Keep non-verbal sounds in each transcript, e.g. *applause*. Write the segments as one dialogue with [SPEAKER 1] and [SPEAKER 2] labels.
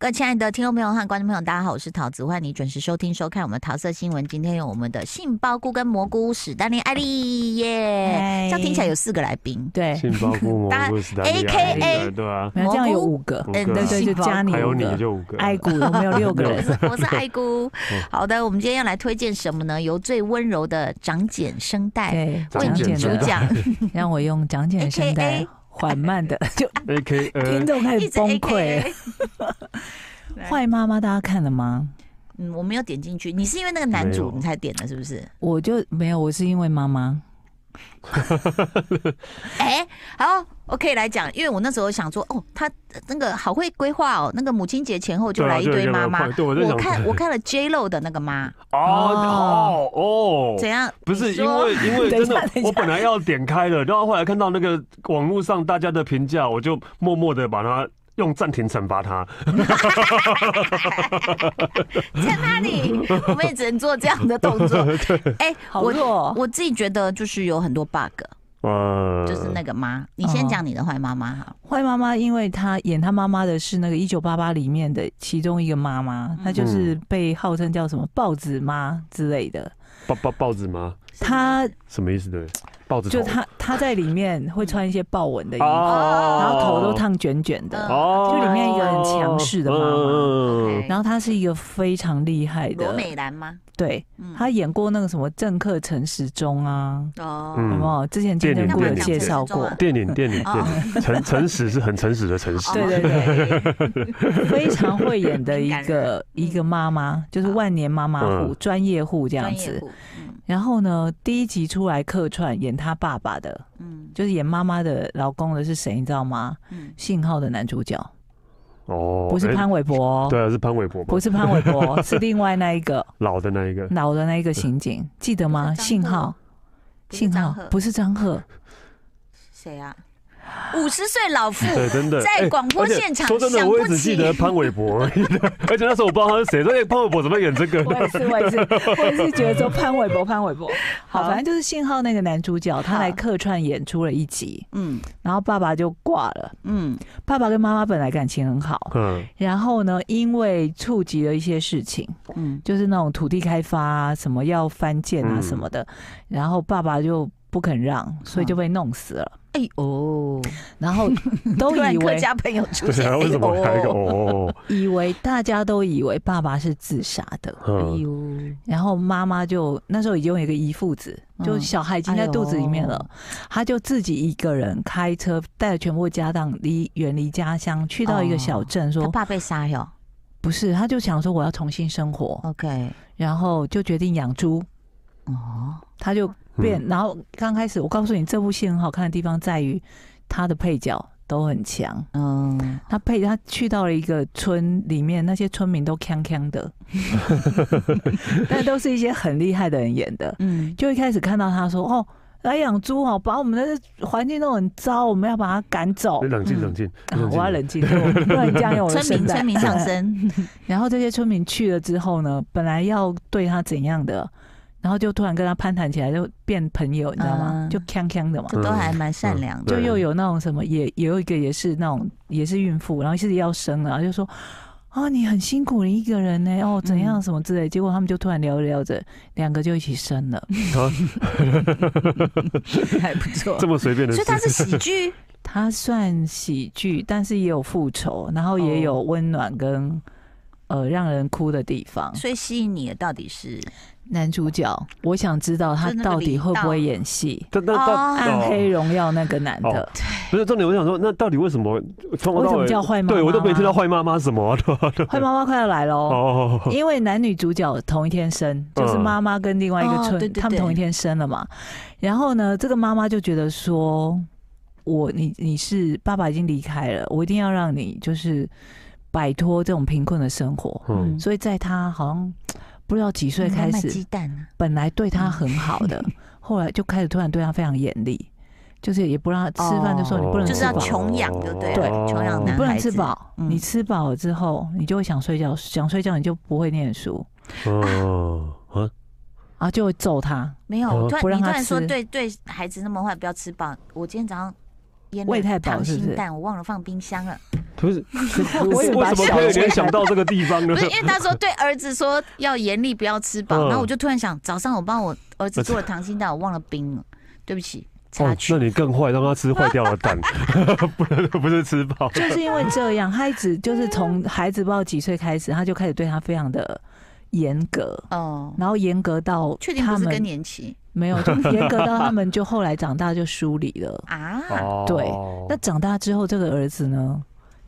[SPEAKER 1] 各位亲爱的听众朋友和观众朋友，大家好，我是桃子，欢迎你准时收听收看我们桃色新闻。今天有我们的杏鲍菇跟蘑菇史丹利艾丽耶，
[SPEAKER 2] 嗨
[SPEAKER 1] 这样听起来有四个来宾。
[SPEAKER 2] 对，
[SPEAKER 3] 杏鲍菇、蘑菇、史丹利
[SPEAKER 1] AKA
[SPEAKER 3] 对啊，
[SPEAKER 2] 没有这样有
[SPEAKER 1] 蘑菇
[SPEAKER 2] 五个，
[SPEAKER 3] 五
[SPEAKER 1] 嗯
[SPEAKER 3] 个
[SPEAKER 2] 对对，
[SPEAKER 3] 啊，
[SPEAKER 2] 就
[SPEAKER 1] 杏鲍
[SPEAKER 2] 加
[SPEAKER 1] 菇
[SPEAKER 2] 你
[SPEAKER 3] 还有
[SPEAKER 2] 五
[SPEAKER 3] 你
[SPEAKER 2] 个，
[SPEAKER 3] 就五个，
[SPEAKER 2] 爱谷我们有六个
[SPEAKER 1] 我
[SPEAKER 2] 人，
[SPEAKER 1] 是我是爱姑。好的，我们今天要来推荐什么呢？由最温柔的长茧声带
[SPEAKER 2] 对，
[SPEAKER 3] 长
[SPEAKER 1] 为
[SPEAKER 2] 蒋
[SPEAKER 1] 你
[SPEAKER 3] 茧
[SPEAKER 2] 简
[SPEAKER 1] 主
[SPEAKER 3] 声
[SPEAKER 2] 的，
[SPEAKER 1] 讲，
[SPEAKER 2] 让我用蒋简声带
[SPEAKER 1] AKA
[SPEAKER 2] 缓慢
[SPEAKER 3] *laughs*
[SPEAKER 2] 的，就 *laughs* 听
[SPEAKER 3] AKA
[SPEAKER 2] 众开
[SPEAKER 1] 一
[SPEAKER 2] 始
[SPEAKER 1] 直
[SPEAKER 2] 崩
[SPEAKER 1] A 哎
[SPEAKER 2] 溃
[SPEAKER 1] K
[SPEAKER 2] 了。
[SPEAKER 1] A。
[SPEAKER 2] 坏妈妈大家看了吗？
[SPEAKER 1] 嗯，我没有点进去，你是因为那个男
[SPEAKER 3] 没
[SPEAKER 1] 主
[SPEAKER 3] 有
[SPEAKER 1] 你才点的，是不是？
[SPEAKER 2] 我就没有，我是因为妈妈，
[SPEAKER 1] 哎、好，我可以来讲，因为我那时候想说，哦，他呃那个好会规划哦，那个母亲节前后就
[SPEAKER 3] 对啊
[SPEAKER 1] 来一
[SPEAKER 3] 就有
[SPEAKER 1] 堆
[SPEAKER 3] 一个
[SPEAKER 1] 妈
[SPEAKER 3] 人
[SPEAKER 1] 妈
[SPEAKER 3] 换。对我在
[SPEAKER 1] 我
[SPEAKER 3] 想
[SPEAKER 1] 看我看了 J Lo 的那个妈，
[SPEAKER 3] 哦哦哦，
[SPEAKER 1] 怎样？
[SPEAKER 3] 不是
[SPEAKER 1] 你说
[SPEAKER 3] 因为因为
[SPEAKER 2] 等一
[SPEAKER 3] 真
[SPEAKER 2] 下
[SPEAKER 3] 的
[SPEAKER 2] 等一， *laughs* 下
[SPEAKER 3] 我本来要点开的，然后后来看到那个网络上大家的评价，我就默默的把它用暂停惩罚它。
[SPEAKER 1] 在哪里？我们也只能做这样的动作。哎、
[SPEAKER 2] 好
[SPEAKER 1] 我
[SPEAKER 2] 弱哦，
[SPEAKER 1] 我自己觉得就是有很多 bug，
[SPEAKER 3] 呃，
[SPEAKER 1] 就是那个妈。你先讲你的坏妈妈哈。
[SPEAKER 2] 坏妈妈，因为她演她妈妈的是那个《一九八八》里面的其中一个妈
[SPEAKER 1] 嗯
[SPEAKER 2] 妈，她就是被号称叫什么豹子妈之类的，
[SPEAKER 3] 报报报纸吗？
[SPEAKER 2] 她
[SPEAKER 3] 什么意思的？报纸
[SPEAKER 2] 就
[SPEAKER 3] 头
[SPEAKER 2] 她她在里面会穿一些豹纹的衣服，
[SPEAKER 3] 哦
[SPEAKER 2] 然后头都烫卷卷的，
[SPEAKER 3] 哦，
[SPEAKER 2] 就里面一个很强势的妈哎妈
[SPEAKER 3] 嗯
[SPEAKER 1] OK
[SPEAKER 2] 然后她是一个非常厉害
[SPEAKER 1] 罗
[SPEAKER 2] 的，
[SPEAKER 1] 美兰吗？
[SPEAKER 2] 对，
[SPEAKER 1] 嗯，
[SPEAKER 2] 她演过那个什么《政客陈时中》啊，
[SPEAKER 1] 哦，
[SPEAKER 3] 嗯
[SPEAKER 2] 有没有？之前金针菇有介绍过，
[SPEAKER 3] 电影电影电
[SPEAKER 1] 哦
[SPEAKER 3] 影，诚诚实是很诚实的诚实。
[SPEAKER 2] 对对
[SPEAKER 1] 对，
[SPEAKER 2] 非常会演的一
[SPEAKER 1] 敏感
[SPEAKER 2] 个
[SPEAKER 1] 人嗯
[SPEAKER 2] 一个妈妈，就是万年妈妈户、
[SPEAKER 3] 嗯
[SPEAKER 2] 专业户这样
[SPEAKER 1] 专业
[SPEAKER 2] 子。
[SPEAKER 1] 户，嗯
[SPEAKER 2] 然后呢，第一集出来客串演她爸爸的，
[SPEAKER 1] 嗯
[SPEAKER 2] 就是演妈妈的老公的是谁，你知道吗？
[SPEAKER 1] 嗯，
[SPEAKER 2] 信号的男主角
[SPEAKER 3] 哦，
[SPEAKER 2] 不是
[SPEAKER 3] 哎
[SPEAKER 2] 潘玮柏哦，
[SPEAKER 3] 对啊，是潘玮柏
[SPEAKER 2] 不
[SPEAKER 3] 吗？
[SPEAKER 2] 是潘玮柏，哦是另外那一个
[SPEAKER 3] 老的那一个，
[SPEAKER 2] 老的那一个刑警，记得吗？
[SPEAKER 1] 不是张
[SPEAKER 2] 信
[SPEAKER 1] 赫
[SPEAKER 2] 号，
[SPEAKER 1] 不是
[SPEAKER 2] 信
[SPEAKER 1] 张
[SPEAKER 2] 号
[SPEAKER 1] 赫
[SPEAKER 2] 不是张赫，
[SPEAKER 1] 谁啊？五十岁老妇，
[SPEAKER 3] 对，真
[SPEAKER 1] *laughs*
[SPEAKER 3] 的
[SPEAKER 1] 在
[SPEAKER 3] 哎
[SPEAKER 1] 广播
[SPEAKER 3] 而且
[SPEAKER 1] 现场
[SPEAKER 3] 说真的，
[SPEAKER 1] 想
[SPEAKER 3] 我也
[SPEAKER 1] 不
[SPEAKER 3] 只
[SPEAKER 1] 起
[SPEAKER 3] 记得潘玮柏而已，而且那时候我不知道他是谁，说哎，潘玮柏怎么演这个？
[SPEAKER 2] *laughs* 我也是，我也是，我也是觉得说潘玮柏，潘玮柏，好，
[SPEAKER 1] 好
[SPEAKER 2] 反正就是信号那个男主角，他
[SPEAKER 1] 好
[SPEAKER 2] 来客串演出了一集，
[SPEAKER 1] 嗯
[SPEAKER 2] 然后爸爸就挂了。
[SPEAKER 1] 嗯
[SPEAKER 2] 爸爸跟妈妈本来感情很好，
[SPEAKER 3] 嗯，
[SPEAKER 2] 然后呢，因为触及了一些事情，
[SPEAKER 1] 嗯，
[SPEAKER 2] 就是那种土地开发啊，什么要翻建啊
[SPEAKER 3] 嗯
[SPEAKER 2] 什么的，然后爸爸就不肯让，所以就被弄死了。
[SPEAKER 1] 哎哦，
[SPEAKER 2] 然后都
[SPEAKER 1] 突然 *laughs*
[SPEAKER 2] 以
[SPEAKER 1] 客
[SPEAKER 2] 为
[SPEAKER 1] 家朋友出
[SPEAKER 3] 对
[SPEAKER 1] 现，
[SPEAKER 3] 啊，为什么还有一个
[SPEAKER 1] 哦？
[SPEAKER 3] 哦？
[SPEAKER 2] 以为大家都以为爸爸是自杀的，
[SPEAKER 1] 哎
[SPEAKER 3] 嗯，
[SPEAKER 1] 呦，
[SPEAKER 2] 然后妈妈就那时候已经有一个遗腹子，
[SPEAKER 1] 嗯
[SPEAKER 2] 就小孩已经在肚子里面了，她就自己一个人开车带着全部家当离远离家乡，去到一个小镇说，
[SPEAKER 1] 哦他爸被杀哟。
[SPEAKER 2] 不是，她就想说我要重新生活，
[SPEAKER 1] OK，
[SPEAKER 2] 然后就决定养猪，
[SPEAKER 1] 哦，
[SPEAKER 2] 她就
[SPEAKER 3] 嗯
[SPEAKER 2] 变，然后刚开始我告诉你这部戏很好看的地方在于她的配角都很强，
[SPEAKER 1] 嗯，
[SPEAKER 2] 她配她去到了一个村里面，那些村民都锵锵的， *laughs* 但都是一些很厉害的人演的，
[SPEAKER 1] 嗯，
[SPEAKER 2] 就一开始看到他说：“哦，来养猪哦，把我们的环境弄很糟，我们要把它赶走。
[SPEAKER 3] 哎你冷静冷静，
[SPEAKER 2] 啊
[SPEAKER 3] 你”
[SPEAKER 2] 我要冷
[SPEAKER 3] *laughs*
[SPEAKER 2] 静，我不能这样用我哦的
[SPEAKER 1] 村民
[SPEAKER 2] 声带
[SPEAKER 1] 村民上。
[SPEAKER 2] *laughs*
[SPEAKER 1] 身，
[SPEAKER 2] 然后这些村民去了之后呢，本来要对他怎样的，然后就突然跟他攀谈起来，就变朋友，你知道吗？
[SPEAKER 1] 嗯
[SPEAKER 2] 就锵锵的嘛。
[SPEAKER 1] 这都还蛮善良的。
[SPEAKER 2] 就
[SPEAKER 3] 对
[SPEAKER 2] 又有那种什么，也也有一个也是那种也是孕妇，然后是要生了，然后就说啊、你很辛苦，你一个人呢，哦怎样
[SPEAKER 1] 嗯
[SPEAKER 2] 什么之类。结果他们就突然聊着聊着，两个就一起生
[SPEAKER 1] *laughs*
[SPEAKER 2] 了，还不错
[SPEAKER 3] 这。么随便的
[SPEAKER 1] 所
[SPEAKER 3] 事
[SPEAKER 1] 以，他是喜剧，
[SPEAKER 2] 它算喜剧，但是也有复仇，然后也有温暖跟、呃让人哭的地方。
[SPEAKER 1] 所以吸引你的到底是
[SPEAKER 2] 男主角，我想知道他
[SPEAKER 1] 就那个
[SPEAKER 2] 到底
[SPEAKER 1] 李
[SPEAKER 2] 会不
[SPEAKER 1] 道
[SPEAKER 2] 会演戏，
[SPEAKER 3] 但但
[SPEAKER 1] 哦
[SPEAKER 3] 但
[SPEAKER 2] 《暗黑荣耀》那个男的，
[SPEAKER 3] 不是重点，我想说，那到底为什么从头
[SPEAKER 2] 为
[SPEAKER 3] 到
[SPEAKER 2] 什么
[SPEAKER 3] 尾
[SPEAKER 2] 叫坏妈妈？
[SPEAKER 3] 对我都没听到坏妈妈什么啊对啊对啊
[SPEAKER 2] 坏妈妈快要来喽。
[SPEAKER 3] 哦，
[SPEAKER 2] 因为男女主角同一天生，就是
[SPEAKER 3] 嗯
[SPEAKER 2] 妈妈跟另外一个
[SPEAKER 1] 哦
[SPEAKER 2] 村，
[SPEAKER 1] 对对
[SPEAKER 2] 他们
[SPEAKER 1] 对
[SPEAKER 2] 同一天生了嘛。然后呢，这个妈妈就觉得说，我你你是爸爸已经离开了，我一定要让你就是摆脱这种贫困的生活。
[SPEAKER 3] 嗯
[SPEAKER 2] 所以在他好像不知道几岁开
[SPEAKER 1] 你在卖
[SPEAKER 2] 始
[SPEAKER 1] 鸡，蛋啊？
[SPEAKER 2] 本来对他很
[SPEAKER 1] 嗯
[SPEAKER 2] 好的，后来就开始突然对他非常严厉，就是也不让他吃饭，就说你不能
[SPEAKER 1] 哦就
[SPEAKER 2] 吃
[SPEAKER 1] 是要
[SPEAKER 3] 嗯
[SPEAKER 2] 饱，
[SPEAKER 1] 穷养就对了
[SPEAKER 2] 对
[SPEAKER 1] 穷
[SPEAKER 3] 哦
[SPEAKER 1] 养
[SPEAKER 2] 你
[SPEAKER 1] 男
[SPEAKER 2] 不能
[SPEAKER 1] 孩
[SPEAKER 2] 吃
[SPEAKER 1] 子
[SPEAKER 2] 饱，
[SPEAKER 1] 嗯
[SPEAKER 2] 你吃饱了之后，你就会想睡觉，想睡觉你就不会念书，
[SPEAKER 3] 嗯哦啊，
[SPEAKER 2] 然后就会揍
[SPEAKER 1] *laughs*
[SPEAKER 2] 他，
[SPEAKER 1] 没有，我突
[SPEAKER 2] 哦不
[SPEAKER 1] 然
[SPEAKER 2] 让
[SPEAKER 1] 你突
[SPEAKER 2] 他
[SPEAKER 1] 然说
[SPEAKER 2] 吃
[SPEAKER 1] 对对孩子那么坏，不要吃饱。我今天早上腌
[SPEAKER 2] 胃太
[SPEAKER 1] 了
[SPEAKER 2] 饱
[SPEAKER 1] 溏
[SPEAKER 2] 是不
[SPEAKER 1] 心
[SPEAKER 2] 是
[SPEAKER 1] 蛋，我忘了放冰箱了。
[SPEAKER 3] 不是，
[SPEAKER 2] 我以
[SPEAKER 3] 为
[SPEAKER 2] 为
[SPEAKER 3] 什么
[SPEAKER 2] 把小
[SPEAKER 3] 可以
[SPEAKER 2] 鸡
[SPEAKER 3] 联想到这个地方
[SPEAKER 1] *laughs*
[SPEAKER 3] 呢
[SPEAKER 1] 不？是因为他说对儿子说要严厉，不要吃饱，
[SPEAKER 3] 嗯
[SPEAKER 1] 然后我就突然想，早上我帮我儿
[SPEAKER 2] 呃
[SPEAKER 1] 子做了溏心蛋，我忘了冰了，对不起，插
[SPEAKER 3] 哦，
[SPEAKER 1] 曲。
[SPEAKER 3] 那你更坏，让他吃坏掉的蛋，不能不是吃饱。
[SPEAKER 2] 就是因为这样，他一直就是从孩子不知道几岁开始，他就开始对他非常的严格，
[SPEAKER 1] 哦，
[SPEAKER 2] 然后严格到
[SPEAKER 1] 确定
[SPEAKER 2] 他
[SPEAKER 1] 不是更
[SPEAKER 2] 们
[SPEAKER 1] 年期
[SPEAKER 2] 没有，就严格到他们就后来长大就疏离了。
[SPEAKER 1] 啊？
[SPEAKER 3] 哦
[SPEAKER 2] 对那长大之后，这个儿子呢，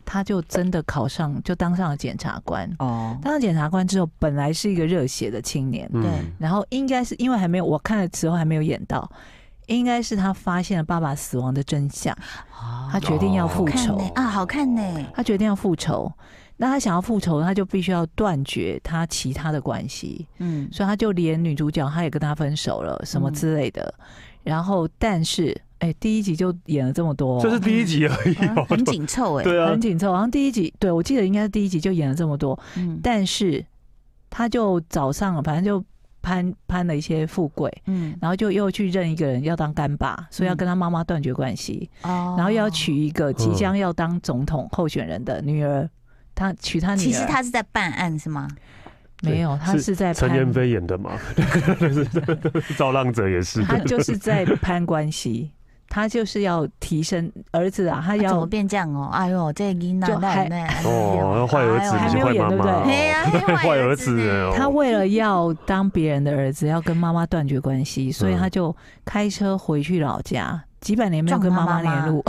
[SPEAKER 2] 他就真的考上，就当上了检察官。
[SPEAKER 1] 哦，
[SPEAKER 2] 当上检察官之后，本来是一个热血的青年，
[SPEAKER 3] 嗯
[SPEAKER 1] 对
[SPEAKER 2] 然后应该是因为还没有我看了之后还没有演到，应该是他发现了爸爸死亡的真相，
[SPEAKER 3] 哦
[SPEAKER 2] 他决定要
[SPEAKER 1] 好
[SPEAKER 2] 复
[SPEAKER 1] 看
[SPEAKER 2] 仇。
[SPEAKER 1] 呢啊，好看呢，
[SPEAKER 2] 他决定要复仇。那他想要复仇，他就必须要断绝他其他的关系， *laughs*
[SPEAKER 1] 嗯，
[SPEAKER 2] 所以他就连女主角他也跟他分手了，什
[SPEAKER 3] 嗯
[SPEAKER 2] 么之类的。然后，但是，哎、第一集就演了这么多哦、
[SPEAKER 3] 这是第一集而已
[SPEAKER 1] 啊
[SPEAKER 3] 哦。
[SPEAKER 1] 很
[SPEAKER 3] *laughs*
[SPEAKER 1] 紧凑哎，
[SPEAKER 3] 对啊
[SPEAKER 2] 很，紧凑。好像第一集，对我记得应该是第一集就演了这么多，
[SPEAKER 1] 嗯
[SPEAKER 2] 但是他就早上反正就攀攀了一些富贵，
[SPEAKER 1] 嗯，
[SPEAKER 2] 然后就又去认一个人要当干爸，所以要跟他妈妈断绝关系。
[SPEAKER 3] 嗯
[SPEAKER 1] 哦
[SPEAKER 2] 然后要，娶一个即将要当总统候选人的女儿，他娶他女儿，
[SPEAKER 1] 其实他是在办案是吗？
[SPEAKER 2] 没有，他
[SPEAKER 3] 是
[SPEAKER 2] 是在
[SPEAKER 3] 陈
[SPEAKER 2] 攀
[SPEAKER 3] 妍，霏演的嘛， *laughs* 是造浪者也是。
[SPEAKER 2] 他就是在攀关系，他就是要提升儿子啊，他
[SPEAKER 1] 啊怎么
[SPEAKER 2] 要
[SPEAKER 1] 变这样哦？哎呦，这囡
[SPEAKER 2] 就
[SPEAKER 1] 仔
[SPEAKER 2] 还
[SPEAKER 1] 那
[SPEAKER 2] *laughs*
[SPEAKER 1] 那
[SPEAKER 3] 哦，坏儿子
[SPEAKER 1] 哎
[SPEAKER 3] 不
[SPEAKER 1] 呦
[SPEAKER 3] 是坏妈妈，
[SPEAKER 1] 嘿啊呀，嘿
[SPEAKER 3] 哦 *laughs* 坏儿
[SPEAKER 1] 呢
[SPEAKER 3] 子哦。
[SPEAKER 2] 他为了要当别人的儿子，要跟妈妈断绝关系，所以
[SPEAKER 3] 嗯
[SPEAKER 2] 他就开车回去老家，几百年没有跟妈妈联络，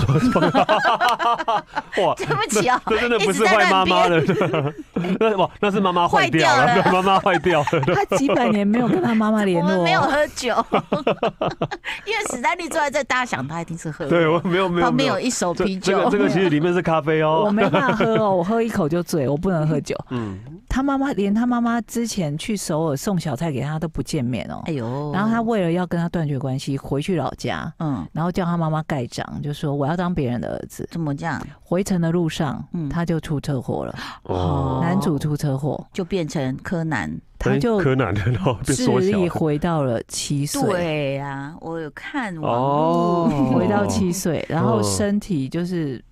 [SPEAKER 3] 哇，
[SPEAKER 1] 对不起啊，
[SPEAKER 3] 这真的不是坏妈妈了， *laughs* 那哇，那是妈妈坏掉
[SPEAKER 1] 坏掉
[SPEAKER 3] 了，
[SPEAKER 1] 了
[SPEAKER 3] *laughs* 妈妈坏掉
[SPEAKER 2] *laughs*
[SPEAKER 3] 了。
[SPEAKER 2] 他几百年没有跟他 *laughs* 妈妈联
[SPEAKER 1] 我
[SPEAKER 2] 络
[SPEAKER 1] 们没有
[SPEAKER 2] 哦，
[SPEAKER 1] 喝酒， *laughs* 因为史丹利坐在这，大家想他一定是喝。
[SPEAKER 3] 对，我没有没有
[SPEAKER 1] 旁
[SPEAKER 3] 没
[SPEAKER 1] 边有，
[SPEAKER 3] 有
[SPEAKER 1] 一手
[SPEAKER 3] 这
[SPEAKER 1] 啤
[SPEAKER 3] 这
[SPEAKER 1] 酒
[SPEAKER 3] 个，这个其实里面是咖啡
[SPEAKER 2] *laughs* 我
[SPEAKER 3] 哦。
[SPEAKER 2] 没办法喝哦，我喝一口就醉，我不能喝酒。
[SPEAKER 3] 嗯，
[SPEAKER 2] 他妈妈连他妈妈之前去首尔送小菜给他都不见面哦。
[SPEAKER 1] 哎呦，
[SPEAKER 2] 然后他为了要跟他断绝关系，回去老家，
[SPEAKER 1] 嗯，
[SPEAKER 2] 然后叫他妈妈盖章，就说我要当别人的儿子。
[SPEAKER 1] 怎么这样
[SPEAKER 2] 回程的路上，
[SPEAKER 1] 嗯
[SPEAKER 2] 他就出车祸了，
[SPEAKER 1] 哦
[SPEAKER 2] 男主出车祸，
[SPEAKER 1] 就变成柯南？
[SPEAKER 2] 他就
[SPEAKER 3] 哎柯南的，然后被
[SPEAKER 2] 智
[SPEAKER 3] 缩小
[SPEAKER 2] 力。回到了七岁，
[SPEAKER 1] 对哦
[SPEAKER 2] 啊
[SPEAKER 1] 呀，我有看网
[SPEAKER 3] 哦
[SPEAKER 1] 络
[SPEAKER 2] *laughs* 回到七，岁，然后
[SPEAKER 3] 哦
[SPEAKER 2] 身体就是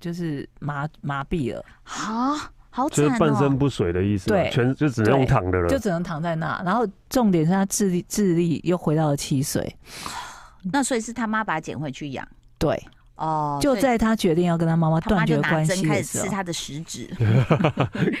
[SPEAKER 2] 就是麻麻痹了，
[SPEAKER 1] 啊，好
[SPEAKER 3] 就
[SPEAKER 1] 惨
[SPEAKER 3] 是半身
[SPEAKER 1] 哦，
[SPEAKER 3] 不遂的意思嘛，
[SPEAKER 2] 对
[SPEAKER 3] 全就只能用躺的了
[SPEAKER 2] 就。只能躺在那。然后重点是他智力智力又回到了七岁，
[SPEAKER 1] 那所以是他妈把他捡回去养
[SPEAKER 2] 对，
[SPEAKER 1] 哦，
[SPEAKER 2] 就
[SPEAKER 1] 所以
[SPEAKER 2] 在他决定要跟他妈妈
[SPEAKER 1] 他妈
[SPEAKER 2] 断
[SPEAKER 1] 就
[SPEAKER 2] 绝
[SPEAKER 1] 拿
[SPEAKER 2] 关
[SPEAKER 1] 针
[SPEAKER 2] 系
[SPEAKER 1] 开
[SPEAKER 2] 的
[SPEAKER 1] 始
[SPEAKER 2] 时
[SPEAKER 1] 吃
[SPEAKER 2] 候，
[SPEAKER 1] 他的食指，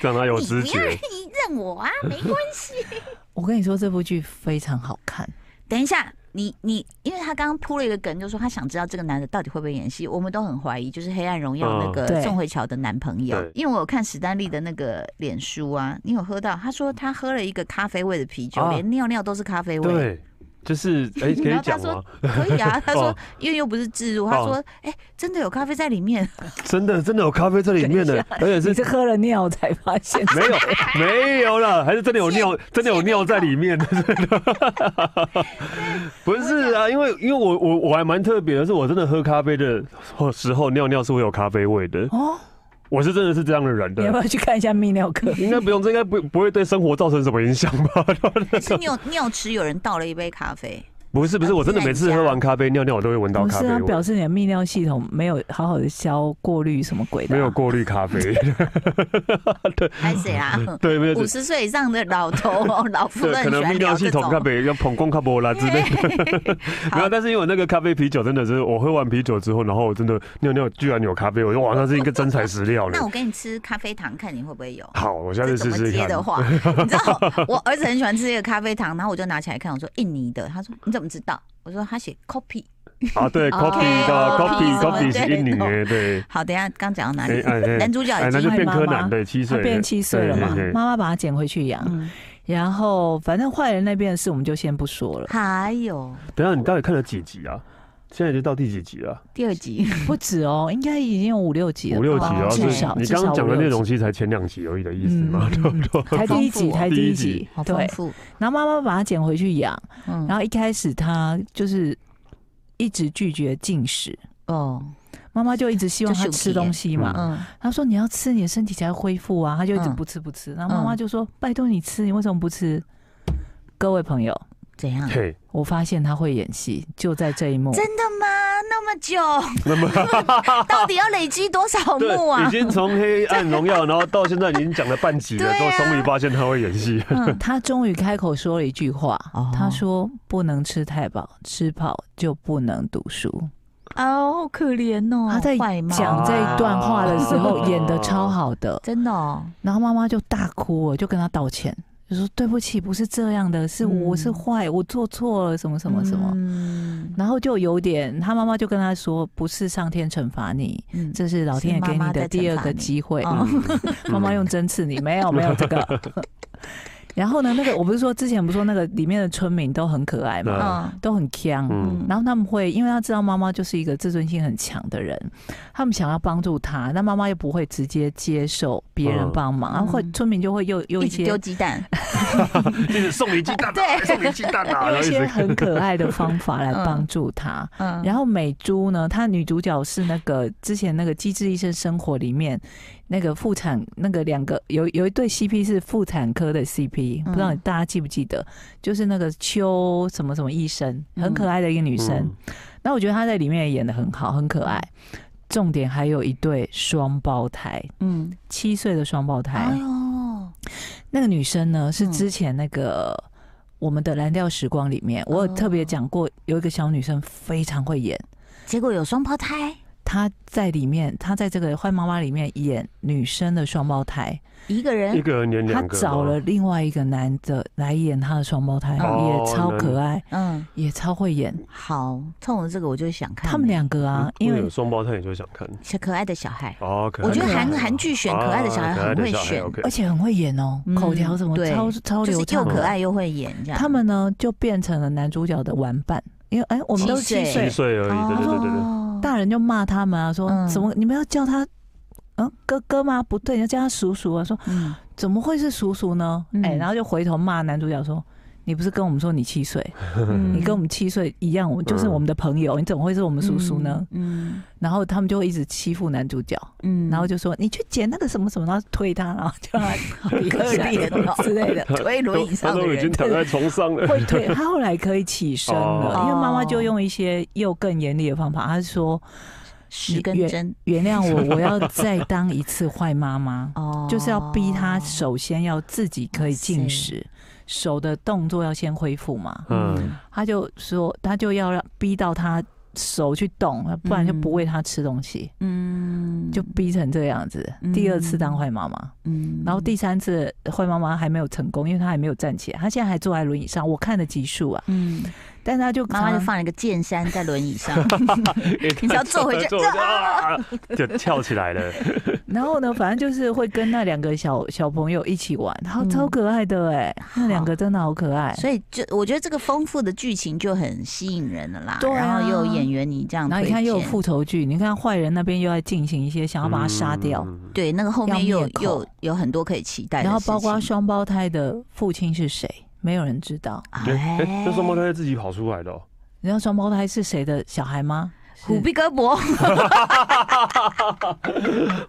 [SPEAKER 3] *laughs* 让他有
[SPEAKER 1] 你
[SPEAKER 3] 知
[SPEAKER 1] 不要
[SPEAKER 3] 觉。
[SPEAKER 1] 你认我啊，没关系。 *laughs*
[SPEAKER 2] 我跟你说这部剧非常好看。
[SPEAKER 1] 等一下，你你，因为他刚刚铺了一个梗，就说他想知道这个男的到底会不会演戏，我们都很怀疑，就是《黑暗荣耀》那
[SPEAKER 2] 嗯
[SPEAKER 1] 个
[SPEAKER 2] 对
[SPEAKER 1] 宋慧乔的男朋友
[SPEAKER 3] 对，
[SPEAKER 1] 因为我有看史丹利的那个脸书啊，你有喝到？他说他喝了一个咖啡味的啤酒，
[SPEAKER 3] 啊
[SPEAKER 1] 连尿尿都是咖啡味，
[SPEAKER 3] 对，就是哎，可以
[SPEAKER 1] 然后他
[SPEAKER 3] 讲
[SPEAKER 1] 说
[SPEAKER 3] 吗？
[SPEAKER 1] 可以
[SPEAKER 3] *laughs*
[SPEAKER 1] 啊。他说
[SPEAKER 3] 哦
[SPEAKER 1] 因为又不是置入，他说哎、真的有咖啡在里
[SPEAKER 3] *laughs*
[SPEAKER 1] 面，
[SPEAKER 3] 真的真的有咖啡在里面的，而且
[SPEAKER 2] 你
[SPEAKER 3] 是？
[SPEAKER 2] 是喝了尿才发现
[SPEAKER 3] 没有没有了，还是真的有尿，真的有尿在里面。 *laughs* 不是啊，因为因为我我我还蛮特别的，是我真的喝咖啡的时候尿尿是会有咖啡味的，
[SPEAKER 2] 哦，
[SPEAKER 3] 我是真的是这样的人
[SPEAKER 2] 你要不
[SPEAKER 3] 的。
[SPEAKER 2] 要去看一下泌尿
[SPEAKER 3] *laughs*
[SPEAKER 2] 科？
[SPEAKER 3] 应该不用，这应该不不会对生活造成什么影响吧？
[SPEAKER 1] 还是尿尿池有人倒了一杯咖啡，
[SPEAKER 3] 不是不是，我
[SPEAKER 2] 啊
[SPEAKER 3] 真的每次喝完咖啡尿尿，我都会闻到
[SPEAKER 2] 不
[SPEAKER 3] 咖
[SPEAKER 2] 是
[SPEAKER 3] 啡
[SPEAKER 2] 啊，
[SPEAKER 3] 味
[SPEAKER 2] 表，示你的泌尿系统没有好好的消过滤什么鬼的、啊
[SPEAKER 3] 没有。过滤咖啡。
[SPEAKER 1] 还谁啊？
[SPEAKER 3] *laughs* 对，没有
[SPEAKER 1] 五。十岁以上的老头
[SPEAKER 3] *laughs*
[SPEAKER 1] 哦，老妇
[SPEAKER 3] 对
[SPEAKER 1] 都，很喜
[SPEAKER 3] 可能
[SPEAKER 1] 欢
[SPEAKER 3] 泌尿
[SPEAKER 1] 聊
[SPEAKER 3] 系
[SPEAKER 1] 这
[SPEAKER 3] 统
[SPEAKER 1] 种。
[SPEAKER 3] 咖啡要捧光卡波拉之类的。 *laughs* 没有，但是因为我那个咖啡啤酒真的是，我喝完啤酒之后，然后我真的尿尿居然有咖啡，我说哇，那是一个真材实料呢
[SPEAKER 1] 那。我给你吃咖啡糖，看你会不会有。
[SPEAKER 3] 好，我下
[SPEAKER 1] 这怎
[SPEAKER 3] 次试
[SPEAKER 1] 么
[SPEAKER 3] 试
[SPEAKER 1] 接
[SPEAKER 3] 看。
[SPEAKER 1] 的话，
[SPEAKER 3] *laughs*
[SPEAKER 1] 你知道我儿子很喜欢吃这个咖啡糖，然后我就拿起来看，我说印尼的，他说你怎么知道？我说他写 copy。*laughs*
[SPEAKER 3] 啊，对，copy
[SPEAKER 1] 哦
[SPEAKER 3] 的 copy
[SPEAKER 1] 什么
[SPEAKER 3] copy 是
[SPEAKER 1] 对
[SPEAKER 3] 印尼的，
[SPEAKER 1] *laughs*
[SPEAKER 3] 对。
[SPEAKER 1] 好，等一下刚讲到哪
[SPEAKER 3] 哎
[SPEAKER 1] 里？
[SPEAKER 3] 哎哎
[SPEAKER 1] 男主角
[SPEAKER 3] 哎，
[SPEAKER 1] 已
[SPEAKER 3] 那就
[SPEAKER 1] 经
[SPEAKER 3] 变柯
[SPEAKER 2] 妈妈
[SPEAKER 3] 南对，七
[SPEAKER 2] 他
[SPEAKER 3] 岁
[SPEAKER 2] 变七岁了嘛
[SPEAKER 3] 对对，对
[SPEAKER 2] 妈妈把他捡回去养，
[SPEAKER 1] 嗯
[SPEAKER 2] 然后反正坏人那边的事我们就先不说了，
[SPEAKER 1] 还有
[SPEAKER 3] 等一下，你到底看了几集啊？现在已经到第几集了？
[SPEAKER 1] 第二集，
[SPEAKER 2] 不止哦，应该已经有五六集了吧，
[SPEAKER 3] 五六集
[SPEAKER 1] 哦
[SPEAKER 3] 啊，
[SPEAKER 2] 至
[SPEAKER 3] 是
[SPEAKER 2] 少
[SPEAKER 3] 你刚刚讲的内，容
[SPEAKER 2] 至
[SPEAKER 3] 其实才前两集而已的意
[SPEAKER 2] 少
[SPEAKER 3] 思
[SPEAKER 2] 五
[SPEAKER 3] 嘛
[SPEAKER 2] 六，集嗯嗯嗯才
[SPEAKER 3] 啊
[SPEAKER 2] 第一集，才第一集，
[SPEAKER 1] 好丰
[SPEAKER 2] 对，
[SPEAKER 1] 富。
[SPEAKER 2] 然后妈妈把他捡回去养，
[SPEAKER 1] 嗯，
[SPEAKER 2] 然后一开始他就是一直拒绝进食，
[SPEAKER 1] 哦，
[SPEAKER 2] 妈妈就一直希望他
[SPEAKER 1] 就秀气
[SPEAKER 2] 吃
[SPEAKER 1] 耶
[SPEAKER 2] 东西嘛，
[SPEAKER 1] 嗯，
[SPEAKER 2] 他说你要吃，你的身体才会恢复啊。他就一直
[SPEAKER 1] 嗯
[SPEAKER 2] 不吃不吃，然后妈妈就说、拜托你吃，你为什么不吃？各位朋友，
[SPEAKER 1] 怎样？
[SPEAKER 3] 嘿，
[SPEAKER 2] 我发现他会演戏，就在这一幕。
[SPEAKER 1] 真的吗？那么久，
[SPEAKER 3] 那么
[SPEAKER 1] *laughs*
[SPEAKER 3] *laughs*
[SPEAKER 1] 到底要累积多少幕
[SPEAKER 3] 对，已
[SPEAKER 1] 啊？
[SPEAKER 3] 经从《
[SPEAKER 1] *laughs*
[SPEAKER 3] 黑暗荣耀》，然后到现在已经讲了半集了，
[SPEAKER 1] 对啊
[SPEAKER 3] 都终于发现他会演戏。 *laughs*
[SPEAKER 2] 嗯，他终于开口说了一句话
[SPEAKER 1] 哦，
[SPEAKER 2] 他说：“不能吃太饱，吃饱就不能读书。
[SPEAKER 1] 哦，好可怜哦，
[SPEAKER 2] 他在
[SPEAKER 1] 坏猫
[SPEAKER 2] 讲这一段话的时候
[SPEAKER 3] 哦，
[SPEAKER 2] 演的超好的，
[SPEAKER 1] 真的哦，
[SPEAKER 2] 然后妈妈就大哭了，就跟他道歉，就说：“对不起，不是这样的，是
[SPEAKER 1] 嗯
[SPEAKER 2] 我是坏，我做错了，什么什么什么。
[SPEAKER 1] 嗯
[SPEAKER 2] 然后就有点，他妈妈就跟他说：“不是上天惩罚你，
[SPEAKER 1] 嗯
[SPEAKER 2] 这是老天爷给你的第二个机会。
[SPEAKER 1] 是妈妈在惩罚你
[SPEAKER 2] 嗯
[SPEAKER 1] 哦
[SPEAKER 2] 妈妈用针刺你，没有没有这
[SPEAKER 3] *laughs*
[SPEAKER 2] 个。然后呢，那个我不是说之前不是说那个里面的村民都很可爱嘛，
[SPEAKER 3] 嗯
[SPEAKER 1] 嗯
[SPEAKER 2] 都很强。
[SPEAKER 3] 嗯，
[SPEAKER 2] 然后他们会，因为他知道妈妈就是一个自尊心很强的人，他们想要帮助他，那妈妈又不会直接接受别人
[SPEAKER 3] 嗯
[SPEAKER 2] 帮忙，然后会
[SPEAKER 1] 嗯
[SPEAKER 2] 村民就会又又
[SPEAKER 1] 一
[SPEAKER 2] 一
[SPEAKER 1] 直
[SPEAKER 2] 些
[SPEAKER 1] 丢鸡蛋，
[SPEAKER 3] 一直送你鸡蛋啊，
[SPEAKER 1] 对
[SPEAKER 3] 送你鸡蛋
[SPEAKER 1] *laughs*
[SPEAKER 3] 啊，然
[SPEAKER 2] 用一
[SPEAKER 3] 后一
[SPEAKER 2] 些
[SPEAKER 3] 直
[SPEAKER 2] 很可爱的方法来
[SPEAKER 1] 嗯
[SPEAKER 3] *laughs*
[SPEAKER 2] 帮助他。
[SPEAKER 1] 嗯，
[SPEAKER 2] 然后美珠呢，她女主角是那个之前那个《机智医生生活》里面那个妇产那个两个有有一对 CP 是妇产科的 CP，、
[SPEAKER 1] 嗯
[SPEAKER 2] 不知道大家记不记得？就是那个邱什么什么医生，很可爱的一个女生。
[SPEAKER 3] 嗯
[SPEAKER 2] 那我觉得她在里面也演的很好，很可爱。重点还有一对双胞胎，
[SPEAKER 1] 嗯，
[SPEAKER 2] 七岁的双胞胎。
[SPEAKER 1] 哎呦，
[SPEAKER 2] 那个女生呢，是
[SPEAKER 1] 嗯
[SPEAKER 2] 之前那个我们的《蓝调时光》里面，我有特
[SPEAKER 1] 哦
[SPEAKER 2] 别讲过，有一个小女生非常会演。
[SPEAKER 1] 结果有双胞胎，
[SPEAKER 2] 她在里面，她在这个《坏妈妈》里面演女生的双胞胎，
[SPEAKER 1] 一个
[SPEAKER 3] 嗯一
[SPEAKER 1] 人，
[SPEAKER 3] 个人演
[SPEAKER 2] 她
[SPEAKER 3] 两个。
[SPEAKER 2] 找了另外一个男的来演她的双胞胎，
[SPEAKER 3] 哦
[SPEAKER 2] 也超可爱，
[SPEAKER 1] 嗯，
[SPEAKER 2] 也超会演。
[SPEAKER 1] 好，冲着这个我就想看
[SPEAKER 2] 他们两个啊
[SPEAKER 3] 嗯，
[SPEAKER 2] 因为
[SPEAKER 3] 有双胞胎，你就想看。
[SPEAKER 1] 小可爱的小孩，
[SPEAKER 3] 哦，可爱
[SPEAKER 1] 我觉得
[SPEAKER 3] 的
[SPEAKER 1] 韩
[SPEAKER 3] 小孩
[SPEAKER 1] 韩剧选可爱的小孩
[SPEAKER 3] 啊可爱
[SPEAKER 1] 很
[SPEAKER 3] 的
[SPEAKER 1] 会
[SPEAKER 3] 小孩
[SPEAKER 1] 选，
[SPEAKER 3] ，OK
[SPEAKER 2] 而且很会演哦，
[SPEAKER 1] 嗯
[SPEAKER 2] 口条什么
[SPEAKER 1] 对
[SPEAKER 2] 超超
[SPEAKER 1] 就是
[SPEAKER 2] 流
[SPEAKER 1] 又
[SPEAKER 2] 畅
[SPEAKER 1] 可
[SPEAKER 2] 的。
[SPEAKER 1] 爱又啊会演这样。
[SPEAKER 2] 他们呢就变成了男主角的玩伴，因为哎，我们都
[SPEAKER 1] 七岁
[SPEAKER 2] 七
[SPEAKER 3] 七
[SPEAKER 2] 岁，
[SPEAKER 3] 岁而已，对对对对对。
[SPEAKER 1] 哦
[SPEAKER 2] 大人就骂他们啊，说
[SPEAKER 1] 嗯
[SPEAKER 2] 怎么你们要叫他嗯哥哥吗？不对，你要叫他叔叔啊。说
[SPEAKER 1] 嗯
[SPEAKER 2] 怎么会是叔叔呢？
[SPEAKER 1] 嗯
[SPEAKER 2] 哎，然后就回头骂男主角说。你不是跟我们说你七岁，
[SPEAKER 1] 嗯
[SPEAKER 2] 你跟我们七岁一样，我们就是我们的朋友，你怎么会是我们叔叔呢？？
[SPEAKER 1] 嗯
[SPEAKER 2] 然后他们就会一直欺负男主角，
[SPEAKER 1] 嗯
[SPEAKER 2] 然后就说你去捡那个什么什么，然后推他，
[SPEAKER 1] *laughs*
[SPEAKER 2] *laughs* 然后就
[SPEAKER 1] 比
[SPEAKER 2] 可怜哦
[SPEAKER 1] 之类的， *laughs* 推轮椅
[SPEAKER 3] 他
[SPEAKER 1] 上的
[SPEAKER 3] 都已经
[SPEAKER 1] 人，
[SPEAKER 3] 躺在床上
[SPEAKER 1] *laughs*
[SPEAKER 3] 了。
[SPEAKER 2] 会推。他后来可以起身了，
[SPEAKER 1] 哦
[SPEAKER 2] 因为妈妈就用一些又更严厉的方法，她说
[SPEAKER 1] 十根针
[SPEAKER 2] 原谅
[SPEAKER 1] *laughs*
[SPEAKER 2] 我，我要再当一次坏妈妈。
[SPEAKER 1] 哦
[SPEAKER 2] 就是要逼他首先要自己可以进食，手的动作要先恢复嘛。
[SPEAKER 3] 嗯，
[SPEAKER 2] 他就说，他就要让逼到他手去动，不然就
[SPEAKER 1] 嗯
[SPEAKER 2] 不喂他吃东西，
[SPEAKER 1] 嗯
[SPEAKER 2] 就逼成这样子。
[SPEAKER 1] 嗯
[SPEAKER 2] 第二次当坏妈妈，
[SPEAKER 1] 嗯
[SPEAKER 2] 然后第三次坏妈妈还没有成功，因为她还没有站起来，她现在还坐在轮椅上。我看的集数啊，
[SPEAKER 1] 嗯，
[SPEAKER 2] 但她就
[SPEAKER 1] 妈妈
[SPEAKER 2] 常
[SPEAKER 1] 就放了一个剑山在轮椅上，
[SPEAKER 3] 你
[SPEAKER 1] 你只要坐回去
[SPEAKER 3] 坐回
[SPEAKER 1] *laughs*
[SPEAKER 3] 去啊，就跳起来了。
[SPEAKER 2] 然后呢，反正就是会跟那两个小小朋友一起玩，然后
[SPEAKER 1] 嗯
[SPEAKER 2] 超可爱的哎、 *laughs* 那两个真的好可爱。
[SPEAKER 1] 所以就我觉得这个丰富的剧情就很吸引人了啦。
[SPEAKER 2] 对啊
[SPEAKER 1] 然后又有演员你这样，
[SPEAKER 2] 然后你看又有复仇剧，你看坏人那边又在进行一些想要把他杀掉，
[SPEAKER 3] 嗯。
[SPEAKER 1] 对那个后面
[SPEAKER 2] 要
[SPEAKER 1] 又
[SPEAKER 2] 灭
[SPEAKER 1] 有
[SPEAKER 2] 口
[SPEAKER 1] 又有很多可以期待的
[SPEAKER 2] 然后
[SPEAKER 1] 事情，
[SPEAKER 2] 包括双胞胎的父亲是谁，没有人知道。
[SPEAKER 3] 哎，哎
[SPEAKER 1] 哎
[SPEAKER 3] 那双胞胎自己跑出来的哦，
[SPEAKER 2] 你知道双胞胎是谁的小孩吗？
[SPEAKER 1] 虎
[SPEAKER 2] *laughs*
[SPEAKER 1] 臂胳膊，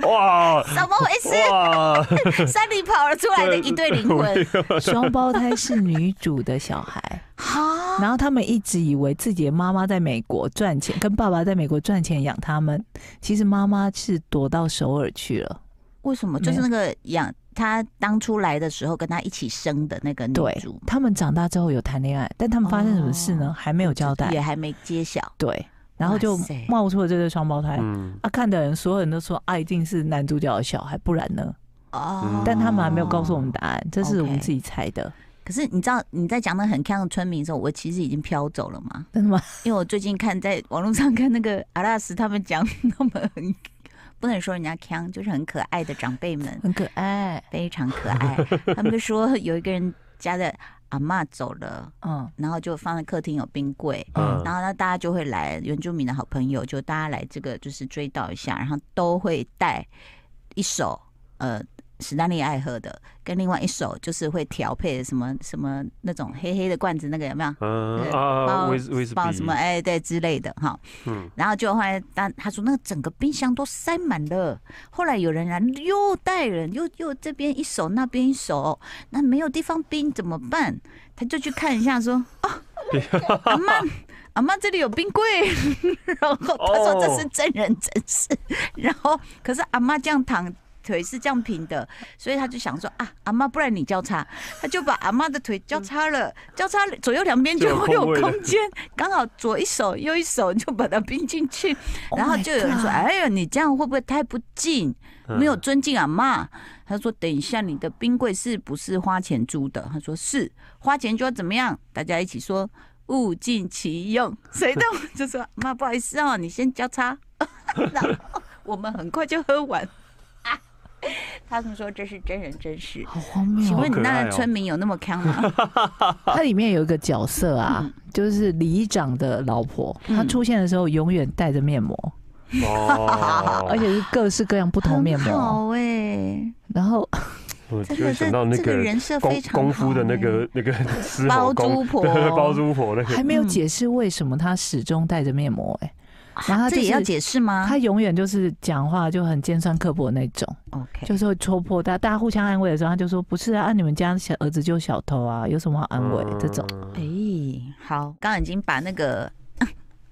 [SPEAKER 3] 哇
[SPEAKER 1] 怎么回 *laughs* 事？
[SPEAKER 3] 哇，
[SPEAKER 1] 山里跑了出来的一对灵魂，
[SPEAKER 2] 是双胞胎是女主的小孩， *laughs*
[SPEAKER 1] 哈，
[SPEAKER 2] 然后他们一直以为自己的妈妈在美国赚钱，跟爸爸在美国赚钱养他们，其实妈妈是躲到首尔去了。
[SPEAKER 1] 为什么？
[SPEAKER 2] 没
[SPEAKER 1] 就是
[SPEAKER 2] 有
[SPEAKER 1] 那个养他当初来的时候跟他一起生的那个女
[SPEAKER 2] 对
[SPEAKER 1] 主，，
[SPEAKER 2] 他们长大之后有谈恋爱，但他们发生什么事呢？
[SPEAKER 1] 哦
[SPEAKER 2] 还没有交代
[SPEAKER 1] 也。还没揭晓。
[SPEAKER 2] 对，然后就
[SPEAKER 1] 哇塞
[SPEAKER 2] 冒出了这对双胞胎。
[SPEAKER 3] 嗯，
[SPEAKER 2] 啊，看的人，所有人都说啊，一定是男主角的小孩，不然呢？
[SPEAKER 1] 哦
[SPEAKER 3] 嗯，
[SPEAKER 2] 但他们还没有告诉我们答案，这是我们
[SPEAKER 1] OK
[SPEAKER 2] 自己猜的。
[SPEAKER 1] 可是你知道你在讲那很呛的村民的时候，我其实已经飘走了嘛，
[SPEAKER 2] 真的吗？
[SPEAKER 1] 因为我最近看在网络上看那个阿拉斯他们讲他们很 *laughs* 不能说人家呛，就是很可爱的长辈们，
[SPEAKER 2] 很可爱，
[SPEAKER 1] 非常可爱。他们就说有一个人家的阿嬷走了，
[SPEAKER 2] 嗯，
[SPEAKER 1] 然后就放在客厅有冰柜，
[SPEAKER 3] 嗯
[SPEAKER 1] 然后呢，大家就会来原住民的好朋友，就大家来这个就是追悼一下，然后都会带一首呃史丹利爱喝的，跟另外一首就是会调配什么什么那种黑黑的罐子，那个有没有？
[SPEAKER 3] 嗯
[SPEAKER 1] 对
[SPEAKER 3] 啊，
[SPEAKER 1] 包
[SPEAKER 3] 威斯威士
[SPEAKER 1] 包什么
[SPEAKER 3] 比，
[SPEAKER 1] 哎对之类的哈，
[SPEAKER 3] 嗯，
[SPEAKER 1] 然后就后来他他说那个整个冰箱都塞满了，后来有人来又带人又又这边一手那边一手，那没有地方冰怎么办？他就去看一下说，
[SPEAKER 3] *laughs*
[SPEAKER 1] 哦，阿妈。阿妈，这里有冰柜。 *laughs* 然后他说这是真人真事。然后可是阿妈这样躺，腿是这样平的，所以他就想说啊，阿妈，不然你交叉，他就把阿妈的腿交叉了，交叉左右两边就
[SPEAKER 3] 就有
[SPEAKER 1] 会有
[SPEAKER 3] 空位了
[SPEAKER 1] 空间，刚好左一手右一手就把它并进去。
[SPEAKER 3] Oh
[SPEAKER 1] 然后就有人说，哎呀，你这样会不会太不敬？
[SPEAKER 3] 嗯
[SPEAKER 1] 没有尊敬阿妈。他说：“等一下，你的冰柜是不是花钱租的？”他说：“是，花钱就要怎么样？”大家一起说：“物尽其用。”谁都就说：“妈，不好意思哦，你先交叉。” *laughs* 然后我们很快就喝完。 *laughs* 啊他们说这是真人真事。
[SPEAKER 2] 好荒谬
[SPEAKER 1] 请
[SPEAKER 2] 哦！
[SPEAKER 1] 问你
[SPEAKER 3] 好可爱
[SPEAKER 1] 那
[SPEAKER 3] 哦
[SPEAKER 1] 村民有那么坑吗？
[SPEAKER 2] *laughs* 它里面有一个角色啊，就是里长的老婆，她
[SPEAKER 1] 嗯
[SPEAKER 2] 出现的时候永远戴着面膜，
[SPEAKER 1] *laughs*
[SPEAKER 3] 嗯哦，
[SPEAKER 2] 而且是各式各样不同面
[SPEAKER 1] 很
[SPEAKER 2] 膜。
[SPEAKER 1] 好哎、
[SPEAKER 2] 然
[SPEAKER 3] *laughs*
[SPEAKER 2] 后
[SPEAKER 3] 我
[SPEAKER 1] 这
[SPEAKER 3] 就
[SPEAKER 1] 个这
[SPEAKER 3] 会想到那
[SPEAKER 1] 这个
[SPEAKER 3] 个
[SPEAKER 1] 人设非
[SPEAKER 3] 功
[SPEAKER 1] 常好、嗯
[SPEAKER 3] 功夫的那个 *laughs* 那个狮吼
[SPEAKER 1] 包租
[SPEAKER 3] 功，
[SPEAKER 1] 婆
[SPEAKER 3] 对 *laughs* 包租婆那个
[SPEAKER 2] 还没有解释为什么她始终戴着面膜、哎、然后她
[SPEAKER 1] 啊这
[SPEAKER 2] 就
[SPEAKER 1] 也要
[SPEAKER 2] 是
[SPEAKER 1] 解释吗？
[SPEAKER 2] 她永远就是讲话就很尖酸刻薄那种，
[SPEAKER 1] OK，
[SPEAKER 2] 就是会戳破大家大家互相安慰的时候，她就说不是啊，啊你们家小儿子就是小偷啊，有什么好安慰、
[SPEAKER 3] 嗯
[SPEAKER 2] 这种。
[SPEAKER 1] 哎、好，刚刚已经把那个 *laughs*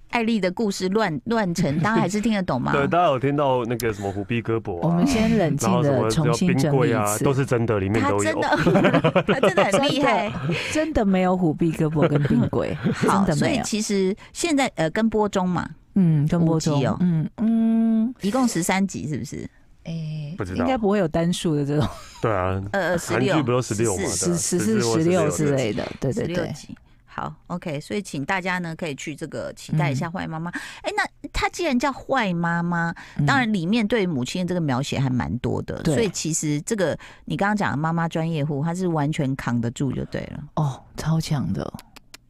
[SPEAKER 1] 艾丽的故事乱乱成，大家还是听得懂吗？
[SPEAKER 3] 对，大家有听到那个什么虎逼胳膊
[SPEAKER 2] 我
[SPEAKER 3] 啊
[SPEAKER 2] 们，先冷
[SPEAKER 3] 然
[SPEAKER 2] 静
[SPEAKER 3] 后什
[SPEAKER 2] 的
[SPEAKER 3] 么
[SPEAKER 2] 重
[SPEAKER 3] 叫
[SPEAKER 2] 新
[SPEAKER 3] 冰
[SPEAKER 2] 整理
[SPEAKER 3] 柜
[SPEAKER 2] 一
[SPEAKER 3] 啊，
[SPEAKER 2] 次，
[SPEAKER 3] 都是真的，里面
[SPEAKER 1] 他
[SPEAKER 3] 都
[SPEAKER 1] 真
[SPEAKER 3] 有。
[SPEAKER 1] 的，他真的很厉害。
[SPEAKER 2] 真的没有虎臂胳膊跟冰柜，
[SPEAKER 1] *laughs*
[SPEAKER 2] 真
[SPEAKER 1] 好，
[SPEAKER 2] 的
[SPEAKER 1] 所
[SPEAKER 2] 没
[SPEAKER 1] 以
[SPEAKER 2] 有。
[SPEAKER 1] 其实现在呃，跟播中嘛，
[SPEAKER 2] 嗯，跟波
[SPEAKER 1] 五
[SPEAKER 2] 中
[SPEAKER 1] 集哦，
[SPEAKER 2] 嗯嗯，
[SPEAKER 1] 一共十三集，是不是？
[SPEAKER 2] 哎
[SPEAKER 3] 不知道
[SPEAKER 2] 应该不会有单数的这种，
[SPEAKER 3] 对啊，
[SPEAKER 1] 呃，十
[SPEAKER 3] 韩剧
[SPEAKER 1] 六，
[SPEAKER 3] 不都16嘛对
[SPEAKER 2] 十
[SPEAKER 3] 啊
[SPEAKER 2] 十
[SPEAKER 3] 14
[SPEAKER 2] 四、
[SPEAKER 3] 或
[SPEAKER 2] 十六
[SPEAKER 3] 16
[SPEAKER 2] 之类的，对
[SPEAKER 1] 十
[SPEAKER 2] 对
[SPEAKER 1] 六
[SPEAKER 2] 对。
[SPEAKER 1] 集。好，OK，所以请大家呢可以去这个期待一下坏妈妈。哎、那她既然叫坏妈妈，
[SPEAKER 2] 嗯
[SPEAKER 1] 当然里面对母亲的这个描写还蛮多的，
[SPEAKER 2] 对
[SPEAKER 1] 所以其实这个你刚刚讲的妈妈专业户，她是完全扛得住就对了。
[SPEAKER 2] 哦，超强的，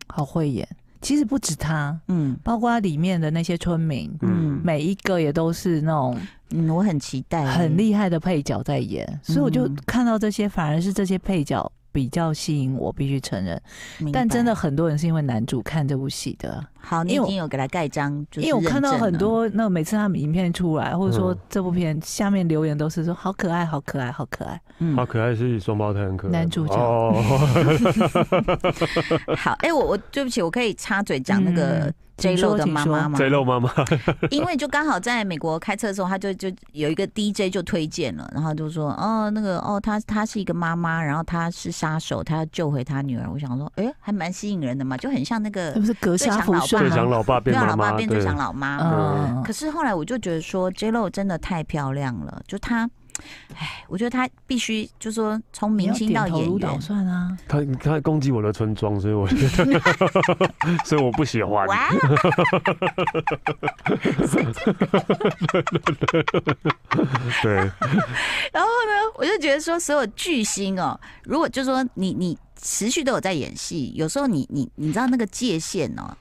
[SPEAKER 2] 好会演。其实不止他，
[SPEAKER 1] 嗯
[SPEAKER 2] 包括里面的那些村民，
[SPEAKER 1] 嗯
[SPEAKER 3] 嗯，
[SPEAKER 2] 每一个也都是那种
[SPEAKER 1] 嗯，我很期待，
[SPEAKER 2] 很厉害的配角在演，所以我就
[SPEAKER 1] 嗯
[SPEAKER 2] 看到这些，反而是这些配角比较吸引我，必须承认。
[SPEAKER 1] 明白
[SPEAKER 2] 但真的很多人是因为男主看这部戏的，啊
[SPEAKER 1] 好，你
[SPEAKER 2] 因为
[SPEAKER 1] 已
[SPEAKER 2] 我
[SPEAKER 1] 经有给他盖章，就是
[SPEAKER 2] 因为我看
[SPEAKER 1] 认
[SPEAKER 2] 到
[SPEAKER 1] 证了啊
[SPEAKER 2] 很多那每次他们影片出来，或者
[SPEAKER 3] 嗯
[SPEAKER 2] 说这部片下面留言都是说好可爱，好可爱，好可爱。
[SPEAKER 1] 嗯
[SPEAKER 3] 好可爱，是双胞胎很可爱。
[SPEAKER 2] 男主
[SPEAKER 1] *laughs*
[SPEAKER 2] 角
[SPEAKER 3] 哦，
[SPEAKER 1] 好，哎、我我对不起，我可以插嘴讲那个
[SPEAKER 2] 嗯
[SPEAKER 1] J
[SPEAKER 2] 请
[SPEAKER 1] Lo
[SPEAKER 2] 说
[SPEAKER 1] 的妈妈吗？
[SPEAKER 3] j 肉妈妈，
[SPEAKER 1] 因为就刚好在美国开车的时候，他就就有一个 DJ 就推荐了，然后就说哦那个哦，她她是一个妈妈，然后她是杀手，她要救回她女儿。我想说，哎、还蛮吸引人的嘛，就很像那个
[SPEAKER 2] 那不是格
[SPEAKER 1] 呃最
[SPEAKER 2] 杀
[SPEAKER 1] 强
[SPEAKER 2] 福
[SPEAKER 1] 老爸
[SPEAKER 3] 最
[SPEAKER 2] 顺
[SPEAKER 3] 想
[SPEAKER 2] 吗？
[SPEAKER 3] 老爸
[SPEAKER 1] 对
[SPEAKER 3] 变
[SPEAKER 1] 啊
[SPEAKER 3] 妈
[SPEAKER 1] 老爸
[SPEAKER 3] 妈，
[SPEAKER 1] 变
[SPEAKER 3] 对
[SPEAKER 1] 最，强老妈嘛。
[SPEAKER 2] 嗯
[SPEAKER 1] 可，是后来我就觉得说，J Lo 真的太漂亮了，就她，哎，我觉得她必须就说从
[SPEAKER 2] 你
[SPEAKER 1] 明
[SPEAKER 2] 要
[SPEAKER 1] 星
[SPEAKER 2] 点
[SPEAKER 1] 到
[SPEAKER 2] 头
[SPEAKER 1] 演
[SPEAKER 2] 如捣
[SPEAKER 1] 员，
[SPEAKER 2] 蒜啊！
[SPEAKER 3] 他他攻击我的村庄，所以我觉得， *laughs* 所以我不喜欢。
[SPEAKER 1] 哇！
[SPEAKER 3] 对，
[SPEAKER 1] 然后呢，我就觉得说，所有巨星哦，如果就说你你持续都有在演戏，有时候你你你知道那个界限哦，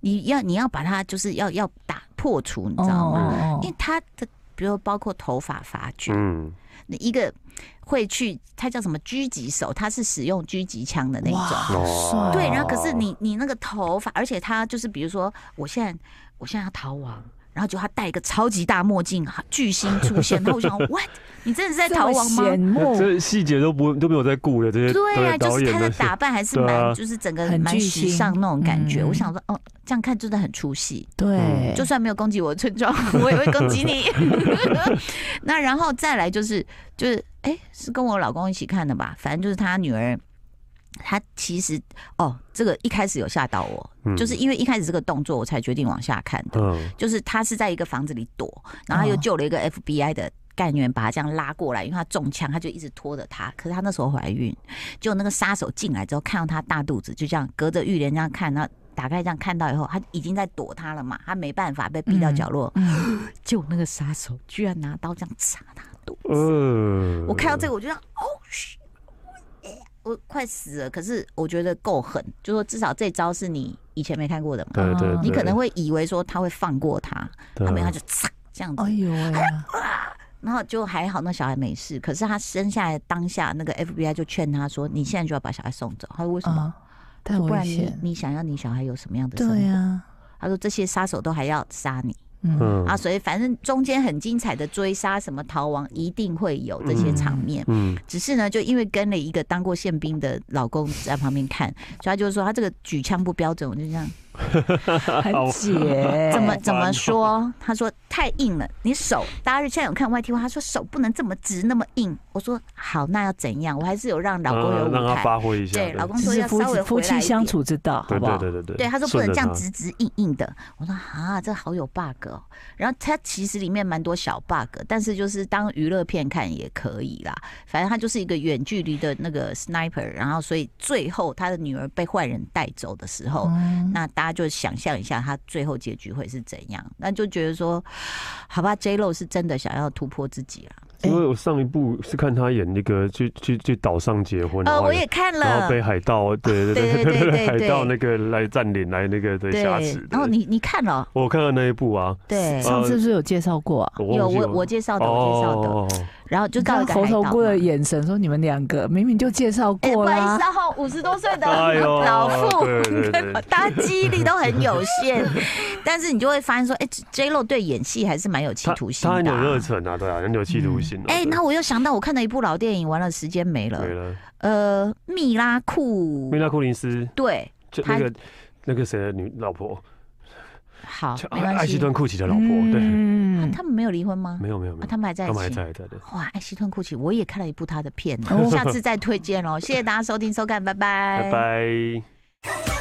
[SPEAKER 1] 你要你要把它就是要要打破除，你知道吗？
[SPEAKER 2] 哦
[SPEAKER 1] 因为他的比如包括头发发卷，
[SPEAKER 3] 嗯，
[SPEAKER 1] 那一个会去他叫什么狙击手，他是使用狙击枪的那一
[SPEAKER 2] 哇，
[SPEAKER 1] 种。
[SPEAKER 2] 好帅哦！
[SPEAKER 3] 哦
[SPEAKER 1] 对，然后可是你你那个头发，而且他就是比如说，我现在我现在要逃亡，然后就他戴一个超级大墨镜，巨星出现，然后我想 what？你真的是在逃亡吗
[SPEAKER 2] 这么？羡慕
[SPEAKER 3] 这细节都不都没有在顾的这些
[SPEAKER 1] 哦对啊，就
[SPEAKER 3] 导
[SPEAKER 1] 是
[SPEAKER 3] 演
[SPEAKER 1] 他的
[SPEAKER 3] 的事
[SPEAKER 1] 打扮还是
[SPEAKER 3] 对
[SPEAKER 1] 蛮，
[SPEAKER 3] 啊
[SPEAKER 1] 就是整个
[SPEAKER 2] 很
[SPEAKER 1] 蛮
[SPEAKER 2] 巨
[SPEAKER 1] 时
[SPEAKER 2] 星
[SPEAKER 1] 尚那种感觉。
[SPEAKER 2] 嗯
[SPEAKER 1] 我想说，哦，这样看真的很出戏。
[SPEAKER 2] 对，
[SPEAKER 3] 嗯
[SPEAKER 1] 就算没有攻击我的村庄，我也会攻击你。 *laughs* 那然后再来就是就是，哎、是跟我老公一起看的吧？反正就是他女儿，他其实哦，这个一开始有吓到我，
[SPEAKER 3] *laughs* 嗯
[SPEAKER 1] 就是因为一开始这个动作，我才决定往下看的。
[SPEAKER 3] 嗯，
[SPEAKER 1] 就是他是在一个房子里躲，然后他又
[SPEAKER 2] 哦
[SPEAKER 1] 救了一个 FBI 的干员，把他这样拉过来，因为他中枪，他就一直拖着他。可是他那时候怀孕，结果那个杀手进来之后，看到他大肚子，就这样隔着浴帘这样看，然后打开这样看到以后，他已经在躲他了嘛，他没办法被逼到角落，
[SPEAKER 2] 嗯
[SPEAKER 1] 结果那个杀手居然拿刀这样插他肚子。
[SPEAKER 3] 呃，
[SPEAKER 1] 我看到这个，我就想，哦，嘘我快死了。可是我觉得够狠，就说至少这招是你以前没看过的嘛。
[SPEAKER 3] 对
[SPEAKER 2] 嗯
[SPEAKER 3] 对，对
[SPEAKER 1] 哦
[SPEAKER 3] 嗯
[SPEAKER 1] 你可能会以为说他会放过他，
[SPEAKER 3] 对
[SPEAKER 1] 他没有，他就嚓这样子
[SPEAKER 2] 哎，呦喂
[SPEAKER 1] *laughs*
[SPEAKER 2] 啊，
[SPEAKER 1] 然后就还好，那小孩没事。可是他生下来当下，那个 FBI 就劝他说：“你现在就要把小孩送走。”他说：“为什么？
[SPEAKER 2] 啊，太
[SPEAKER 1] 不
[SPEAKER 2] 危
[SPEAKER 1] 然你
[SPEAKER 2] 险。
[SPEAKER 1] 你想要你小孩有什么样的生活？”
[SPEAKER 2] 对呀，啊
[SPEAKER 1] 他说：“这些杀手都还要杀你。
[SPEAKER 2] 嗯，
[SPEAKER 3] 嗯
[SPEAKER 1] 啊，所以反正中间很精彩的追杀、什么逃亡，一定会有这些场面。
[SPEAKER 3] 嗯
[SPEAKER 1] 只是呢，就因为跟了一个当过宪兵的老公在旁边看，所以他就说他这个举枪不标准，我就这样
[SPEAKER 3] 嗯
[SPEAKER 2] 很解，
[SPEAKER 1] *laughs* 怎么
[SPEAKER 3] 好
[SPEAKER 1] 怎
[SPEAKER 3] 烦
[SPEAKER 1] 么
[SPEAKER 3] 哦
[SPEAKER 1] 说？他说太硬了，你手大家现在有看外 T 话，他说手不能这么直那么硬。我说好，那要怎样？我还是有让老公有
[SPEAKER 3] 嗯让
[SPEAKER 1] 舞
[SPEAKER 3] 他
[SPEAKER 1] 台。
[SPEAKER 3] 发挥一下，
[SPEAKER 1] 对，老公
[SPEAKER 2] 就
[SPEAKER 1] 说
[SPEAKER 2] 是
[SPEAKER 1] 要
[SPEAKER 2] 夫
[SPEAKER 1] 稍微
[SPEAKER 2] 妻夫
[SPEAKER 1] 回来
[SPEAKER 2] 妻
[SPEAKER 1] 一
[SPEAKER 2] 相
[SPEAKER 1] 点。
[SPEAKER 2] 处之道，好
[SPEAKER 3] 对
[SPEAKER 2] 不好
[SPEAKER 3] 对？对对对，
[SPEAKER 1] 对，他说不能这样
[SPEAKER 3] 顺着
[SPEAKER 1] 直直硬硬的。我说啊，这好有 bug 哦。然后它其实里面蛮多小 bug，但是就是当娱乐片看也可以啦。反正他就是一个远距离的那个 sniper，然后所以最后他的女儿被坏人带走的时候，
[SPEAKER 2] 嗯
[SPEAKER 1] 那大家就想象一下他最后结局会是怎样，那就觉得说，好吧，J Lo 是真的想要突破自己了。
[SPEAKER 3] 他，因为我上一部是看他演那个去去去岛上结婚，然
[SPEAKER 1] 呃，
[SPEAKER 3] 后
[SPEAKER 1] 我也看
[SPEAKER 3] 然后
[SPEAKER 1] 了。哦
[SPEAKER 3] 被海盗，对对
[SPEAKER 1] 对对
[SPEAKER 3] 对
[SPEAKER 1] 对对
[SPEAKER 3] 海
[SPEAKER 1] 对
[SPEAKER 3] 盗那个来占领来那个对
[SPEAKER 1] 对
[SPEAKER 3] 挟持，，
[SPEAKER 1] 然后你你看了，
[SPEAKER 3] 我看到那一部啊，
[SPEAKER 1] 对，
[SPEAKER 3] 呃
[SPEAKER 2] 上次是不是有介绍过啊？
[SPEAKER 3] 我
[SPEAKER 1] 有
[SPEAKER 3] 忘记
[SPEAKER 1] 我
[SPEAKER 3] 了
[SPEAKER 1] 我介绍的，我介绍的，
[SPEAKER 3] 哦，
[SPEAKER 1] 然后就到一个
[SPEAKER 2] 猴
[SPEAKER 1] 海
[SPEAKER 2] 头
[SPEAKER 1] 岛
[SPEAKER 2] 菇的
[SPEAKER 1] 嘛
[SPEAKER 2] 眼神说：“你们两个明明就介绍
[SPEAKER 1] 哎、不
[SPEAKER 2] 过
[SPEAKER 1] 好意
[SPEAKER 2] 啦
[SPEAKER 1] 思。啊，五十多岁的
[SPEAKER 3] *laughs* 哎
[SPEAKER 1] *laughs*
[SPEAKER 3] 呦
[SPEAKER 1] 老妇，
[SPEAKER 3] 对对对
[SPEAKER 1] *laughs* 大家记忆力都很
[SPEAKER 3] *laughs*
[SPEAKER 1] 有限，但是你就会发现说，哎、j Lo 对演戏还是蛮有企
[SPEAKER 3] 他
[SPEAKER 1] 图心
[SPEAKER 3] 他很
[SPEAKER 1] 的、
[SPEAKER 3] 有热
[SPEAKER 1] 啊。
[SPEAKER 3] 忱啊，对啊，很有企图心啊。
[SPEAKER 1] 哎、
[SPEAKER 3] 对
[SPEAKER 1] 那我又想到，我看了一部老电影，完了时间没了
[SPEAKER 3] 没。了，
[SPEAKER 1] 呃，密拉库
[SPEAKER 3] 米，拉库林斯
[SPEAKER 1] 对，
[SPEAKER 3] 就
[SPEAKER 1] 他
[SPEAKER 3] 那个那个谁的女老婆，
[SPEAKER 1] 好
[SPEAKER 3] 就，
[SPEAKER 1] 哦没
[SPEAKER 3] 艾艾
[SPEAKER 1] 关
[SPEAKER 3] 希
[SPEAKER 1] 系。啊
[SPEAKER 3] 顿库奇的老婆，对，
[SPEAKER 2] 嗯
[SPEAKER 1] 他们没有离婚吗？
[SPEAKER 3] 没有没有没
[SPEAKER 1] 啊，
[SPEAKER 3] 有，
[SPEAKER 1] 他们还在
[SPEAKER 3] 他
[SPEAKER 1] 一
[SPEAKER 3] 们还
[SPEAKER 1] 起。
[SPEAKER 3] 在在的。
[SPEAKER 1] 哇，艾希顿·库奇，我也看了一部他的片呢，
[SPEAKER 2] 哦
[SPEAKER 3] *laughs*
[SPEAKER 1] 下次再推荐哦。谢谢大家收听收看，拜拜，
[SPEAKER 3] 拜拜。